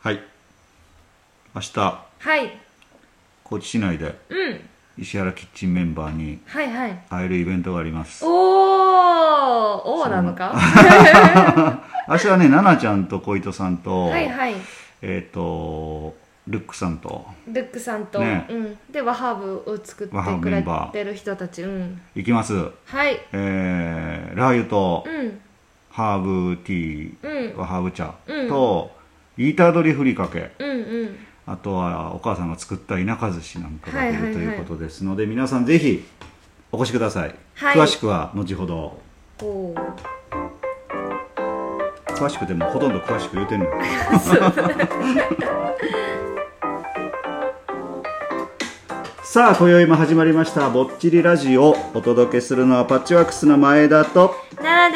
はい明日はい高知市内でうん石原キッチンメンバーにはいはい会えるイベントがありますおーおーなのか明日はね奈々ちゃんと小糸さんと、はいはいえっ、とルックさんとルックさんと、ねうん、でワハーブを作ってワハーブくメれンバーてる人たちうん行きますはいえー、ラー油とうんハーブティうーんはハーブ茶うんと、イータードリふりかけうんうんあとはお母さんが作った田舎寿司なんかが出はいはいはるいということですので、皆さんぜひお越しください、はい詳しくは後ほどおー詳しくてもほとんど詳しく言うてんのよ さあ今宵も始まりました「ぼっちりラジオ」お届けするのはパッチワークスの前田と奈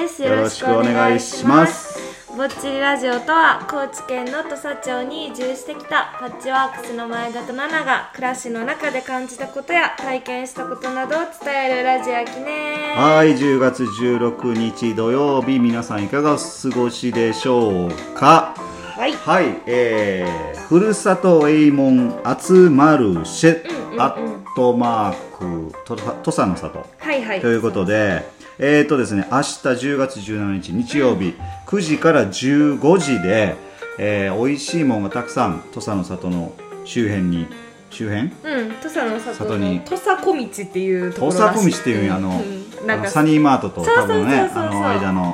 良ですよろしくお願いしますぼっちりラジオとは高知県の土佐町に移住してきたパッチワークスの前田と奈々が暮らしの中で感じたことや体験したことなどを伝えるラジオやきねはい10月16日土曜日皆さんいかがお過ごしでしょうかはいはい、えー、ふるさとえいもん集まるシェ、うんうんうんアットマークと土佐の里はいはい ということで、えーとですね、明日10月17日日曜日、9時から15時で、えー、美味しいもんがたくさん土佐の里の周辺に周辺うん土佐の里里にの土佐小道っていうとこ土ろ佐ら小し道っていうあの,、うんあなんのかサニーマートとそうそ多うそうそう分ねそうあの間の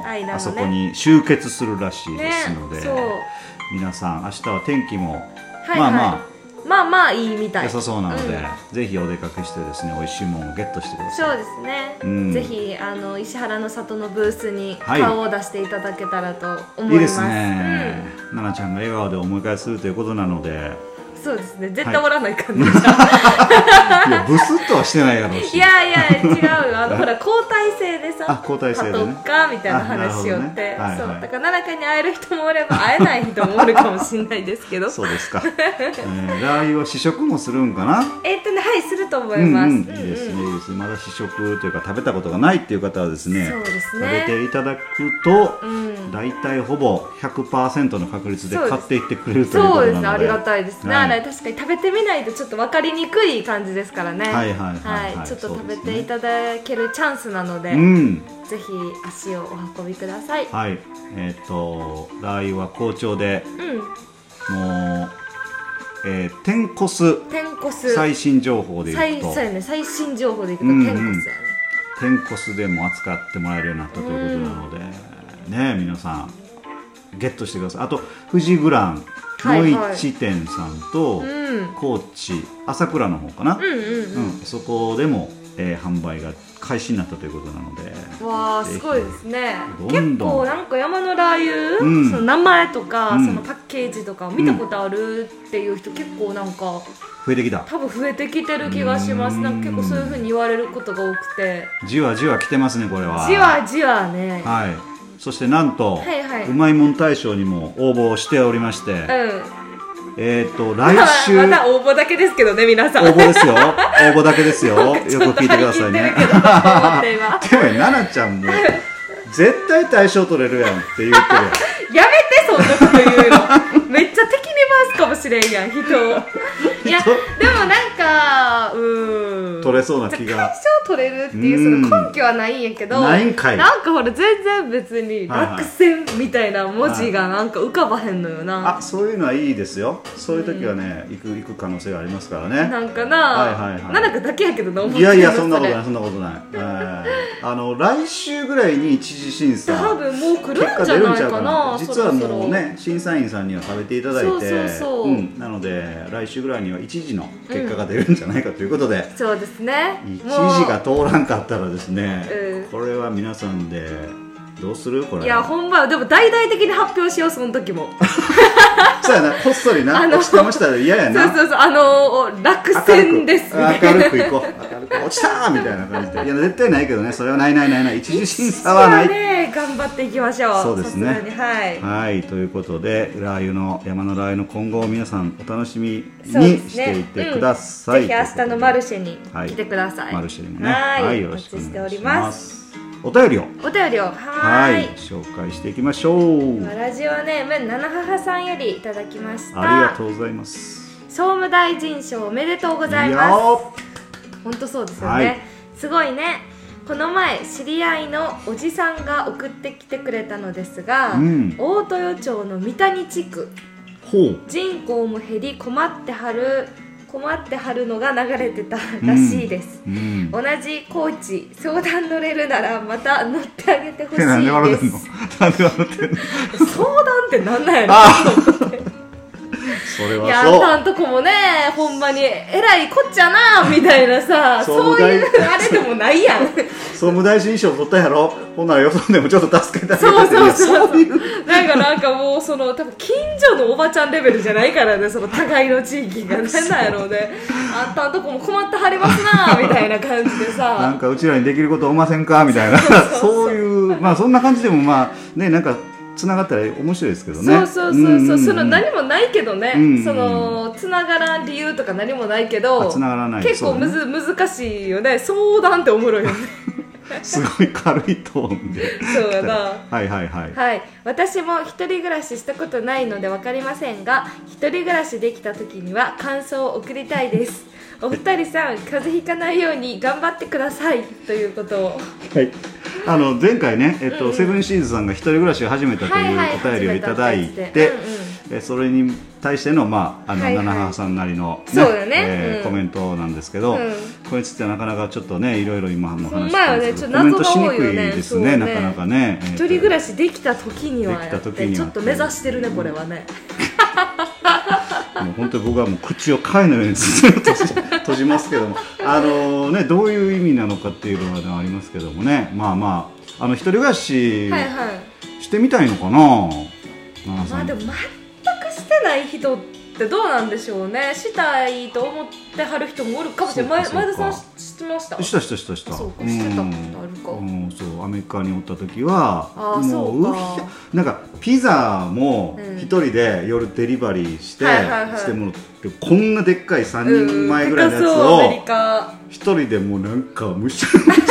間のねあそこに集結するらしいでねすので、そう皆さん明日は天気も、はいはいまあままあまあいいみあたい良そさうそうなので、うんぜひお出かけしてですね美味しいものをゲットしてくださいですね、うんぜひあの石原の里のブースにはい顔を出していただけたらと思います、いいですね、奈々ちゃんが笑顔でお迎えするということなのでうん、そうですね絶はい対おらない感 じ、いやブスッとはしてないやろうしい、やいや違うよあのほら交代制でさあ交代制でねパトカーみたいな話しよっあなるて、ほどねはいはいそうだから奈良家に会える人もおれば会えない人もおるかもしれないですけ どそうですか、えー、ラー油は試食もするんかなえーっとねはいすると思いまうす、んうん、いいですね、いいですね。まだ試食というか食べたことがないっていう方はですね、そうですね食べていただくと、うん大体ほぼ100%の確率でそうです買っていってくれるというこそうとなので、ですね、ありがたいですね、はいあれ確かに食べてみないとちょっと分かりにくい感じですからねはいはいはいはいはいちょっとそうで食べすねていただけるチャンスなのでうん、ぜひ足をお運びください、はい、えっ、とラー油は好調で、うんもう、えー、天コス天コス最新情報でい最くとそう、やね最新情報でいくとうんうん天コスやね、天コスでも扱ってもらえるようになったということなので、ね皆さんゲットしてください。あと富士グランはいのはい一店さんと、うん高知朝倉の方かな、うんうんううんん、そこでも、えー販売が開始になったということなのでわあぜひすごいですねどん結どん構なんか山のラー油、うんその名前とか、うんそのパッケージとかを見たことあるっていう人結構なんか増えてきた多分増えてきてる気がしまうすんなんか結構そういうふうに言われることが多くてじわじわ来てますねこれはじわじわねはいそしてなんと、はいはいうまいもん大賞にも応募しておりまして、うんえっ、とま来週あ まだ応募だけですけどね皆さん応募ですよ応募だけですよよく聞いてくださいね ちょっと張り切ってるけど とでもね思って奈々ちゃんも絶対大賞取れるやんって言ってるやん今やめてそんなこと言うのめっちゃ敵に回すかもしれんや ん人をいや人でもなんかうん取れそうな気じゃあが解消取れるっていうその根拠はないんやけど、うんないんかいなんかほら全然別にはいはい落選みたいな文字がなんか浮かばへんのよな、あそういうのはいいですよそういう時はね、行く行く可能性がありますからねなんかな、はいはいはいなんだかだけやけどな思っていやいやそんなことないいそんなことない、えーあの来週ぐらいに一次審査多分もう来るん結じゃ果出るんなちゃいうかかななって実そはろそろもうね審査員さんには食べていただいて、そうそうそうんなので来週ぐらいには一時の結果が出るんじゃないかということで、そうですね一時もうが通らんかったらですね、うんこれは皆さんでどうするこれいやほんまでも大々的に発表しようその時もそうやなこっそりなあの落ちてましたら嫌やそうなそうそうあのー落選ですみたいな明る く明るく行こう明るく落ちたーみたいな感じでいや絶対ないけどねそれはないないないない一時審査はないね頑張っていきましょうそうですねさがにはいはいということでラー油の山のラー油の今後を皆さんお楽しみそうでにすしねていてください、うんぜひ明日のマルシェにはい来てください、マルシェにもねはいよろしくお願いしお待ちしておりますお便りをお便りをははーいい紹介していきましょうラジオネーム七母さんよりいただきましたありがとうございます総務大臣賞おめでとうございやますー本当そうですよね、はいすごいねこの前知り合いのおじさんが送ってきてくれたのですが、うん大豊町の三谷地区ほう人口も減り困ってはる困ってはるのが流れてたらしいです、うん同じ高知相談乗れるならまた乗ってあげてほしい ですなんで笑ってんの相なんで笑ってんの談ってなんなんやろそれいやはあんた そうんとこもねほんまにえらいこっちゃなみたいなさそうそういうあれでもないやん総務大臣賞取ったやろほんならよそんでもちょっと助けてあげそうてそうそういやそういうなんかなんかもうその多分近所のおばちゃんレベルじゃないからねその互いの地域が何なんやろうねあんたんとこも困ってはります なみたいな感じでなさんかうちらにできることおませんかみたいなそういうまあそんな感じでもまあねなんかつながったら面白いですけどねそうそうそうそう、んんんその何もないけどね、うんうんそのつながらん理由とか何もないけあど繋がらない結構むず、難しいよね相談っておもろい よねすごい軽いトーンで そうやなはいはいはいはい、私も一人暮らししたことないので分かりませんが一人暮らしできた時には感想を送りたい ですお二人さん風邪ひかないように頑張ってくださいということをはい、あの前回ね、えっとセブンシーズさんが一人暮らしを始めたとはいいはいうお便りをいただい始めてたってやえそれに対しての,、まああのはいはい七母さんなりの、そうだねえーうんコメントなんですけど、うんこれについてはなかなかちょっとねいろいろ今も話してまあたんねですけど、ちょコメっとントし謎にが多くいよねいですそうねねなかなかね、えー一人暮らしできた時にはできやたっ時てにはちょっと目指してるねこれはねもう本当に僕はもう口を貝のようにずっと閉じ閉じますけども、 あのね、どういう意味なのかっていうのはねありますけどもねまあまああの一人暮らしはいはいしてみたいのかな、奈々さまあんでも全くしてない人ってどうなんでしょうねしたいと思ってはる人もおるかもしれないそう前か前田さんそうし知ってましたしたしたしたしたあそうかしてたことあるかうんそうアメリカにおった時はあーもうそうかひゃなんかピザもうん一人で夜デリバリーして、はいはいはいしてもらってこんなでっかい3人前ぐらいのやうつんそうアメリをカ一人でもうなんかむしゃむしゃ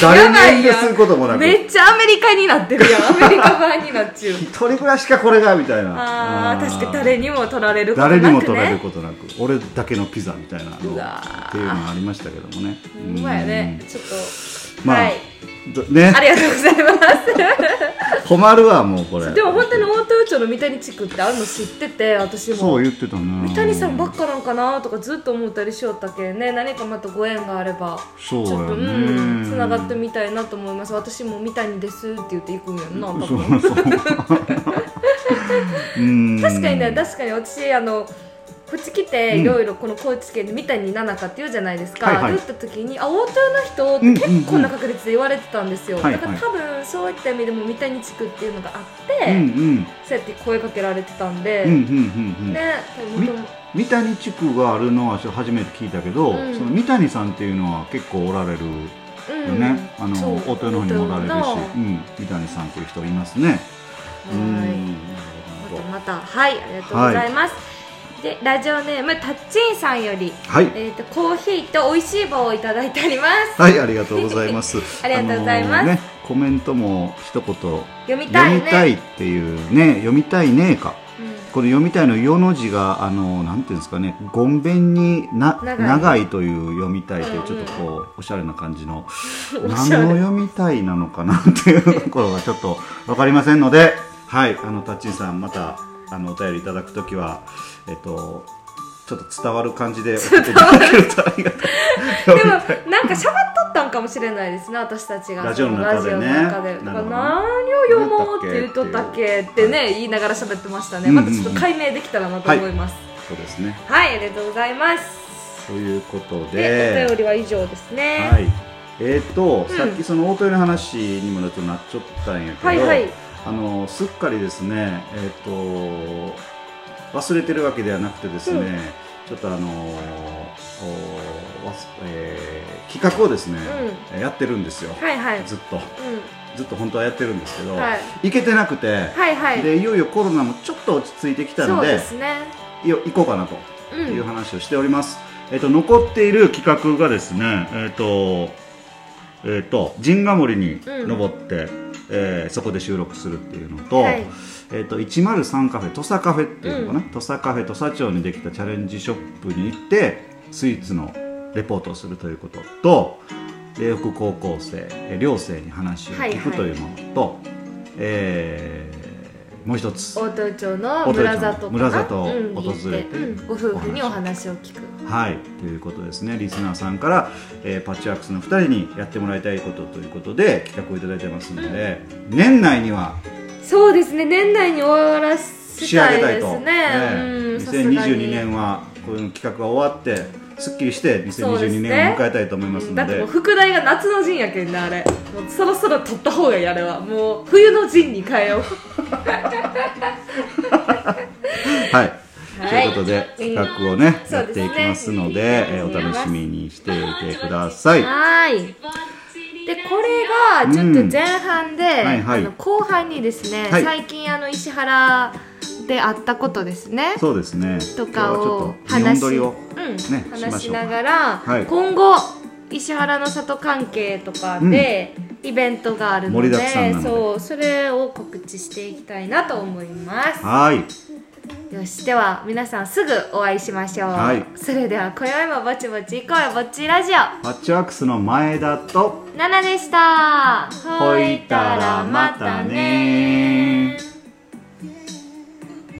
誰に遠慮することもなくめっちゃアメリカになっ てるやんアメリカ版になっちゅう一人暮らしかこれがみたいなああ確かに誰にも取られることなく誰ねにも取られることなく俺だけのピザみたいなのっていううのわーがありましたけどもねほんまやねちょっと、まあはいうんどねありがとうございま困るわもうこれす でも本当に大豊町の三谷地区ってあるの知ってて私もそう言ってたな三谷さんばっかなんかなとかずっと思ったりしよったけんね何かまたご縁があればそうちょっとやうねんつながってみたいなと思います私も三谷ですって言って行くんやんな多分そうそううん確かにね確かに私あのこっち来ていろいろこの高知県で三谷七香って言うじゃないですか、はいはい歩いた時にあ大豊の人ってうんうんうん結構な確率で言われてたんですよ、はいはいだから多分そういった意味でも三谷地区っていうのがあって、うんうんそうやって声かけられてたんで、うんうんうんうんね多分元々三谷地区があるのは初めて聞いたけど、うんその三谷さんっていうのは結構おられるようんね、あそうの大豊の方にもおられるし、大うん、三谷さんっていう人いますね豊のはうんいまたまたはいありがとうございます、でラジオネームタッチンさんより、はいえー、とコーヒーと美味しい棒をいただいておりますはいありがとうございます ありがとうございますあのね、コメントも一言読みた読いみねたいっていうね読みたいねかうんこれ読みたいの「よ」の字があのなんていうんですかね「ごんべんにな長長いい」という読みたいといううんうんちょっとこうおしゃれな感じ のお何しゃれの読みたいなのかなっていうところがちょっと分かりませんのではいあのタッチンさんまたあのお便りいただくときはえっとちょっと伝わる感じで送っていただけるとありがたい でもなんかしゃばっとったんかもしれないですね私たちがラジオの中でねラジオの中でだからな何を読もうって言っとったっけってね言いながら喋ってましたねうんうんまうんたちょっと解明できたらなと思います そうですねはい、ありがとうございますということででお便りは以上ですねはいえー、と、うんさっきその大豊の話にもちょっとなっちゃったんやけど、はいはいあのすっかりですね、えー、と忘れてるわけではなくてですね、うんちょっとあのおわすえー企画をですね、やってるんですよ、はいはいずっとうずっと本当はやってるんですけど、んはい行けてなくて、はいはいでいよいよコロナもちょっと落ち着いてきたそのうでですねいよ行こうかなとういうん話をしております、えっと残っている企画がですねえっとえー、と陣ヶ森に登って、えーそこで収録するっていうのと,、はいえー、と103カフェ土佐カフェっていうのかな、土佐カフェ土佐町にできたチャレンジショップに行ってスイーツのレポートをするということと礼服高校生えー寮生に話を聞くというものと、えーもう一つ。大豊町の村里かな村里をうん訪れて行ってうんご夫婦にお話を聞くはい、ということですねリスナーさんから、えーパッチワークスの2人にやってもらいたいことということで企画をいただいてますので、年内にはそうですね年内に終わらせ仕上たげいたいでと、すねええうんさすがに2022年はこの企画が終わってすっきりしてそうです2022ね年を迎えたいと思いますのだってでもう副題が夏の陣やけんなあれもうそろそろ取った方がいいあれはもう冬の陣に変えようはい、はいということで企画をね、そやうっですてねいきますので、えーお楽しみにしていてくださいはーいでこれがちょっと前半で、はいはいあの後半にですね、はい最近あの石原であったことですねそうですねとかを今日はちょっと日本話撮りをうんねしましょうか話しながら、はい今後石原の里関係とかで、イベントがあるの盛でりだくさんなのでそうそれを告知していきたいなと思いますはいよしでは皆さんすぐお会いしましょう、はいそれでは今宵もぼちぼち行こうよぼっちラジオパッチワークスの前田とナナでしたほいたらまたね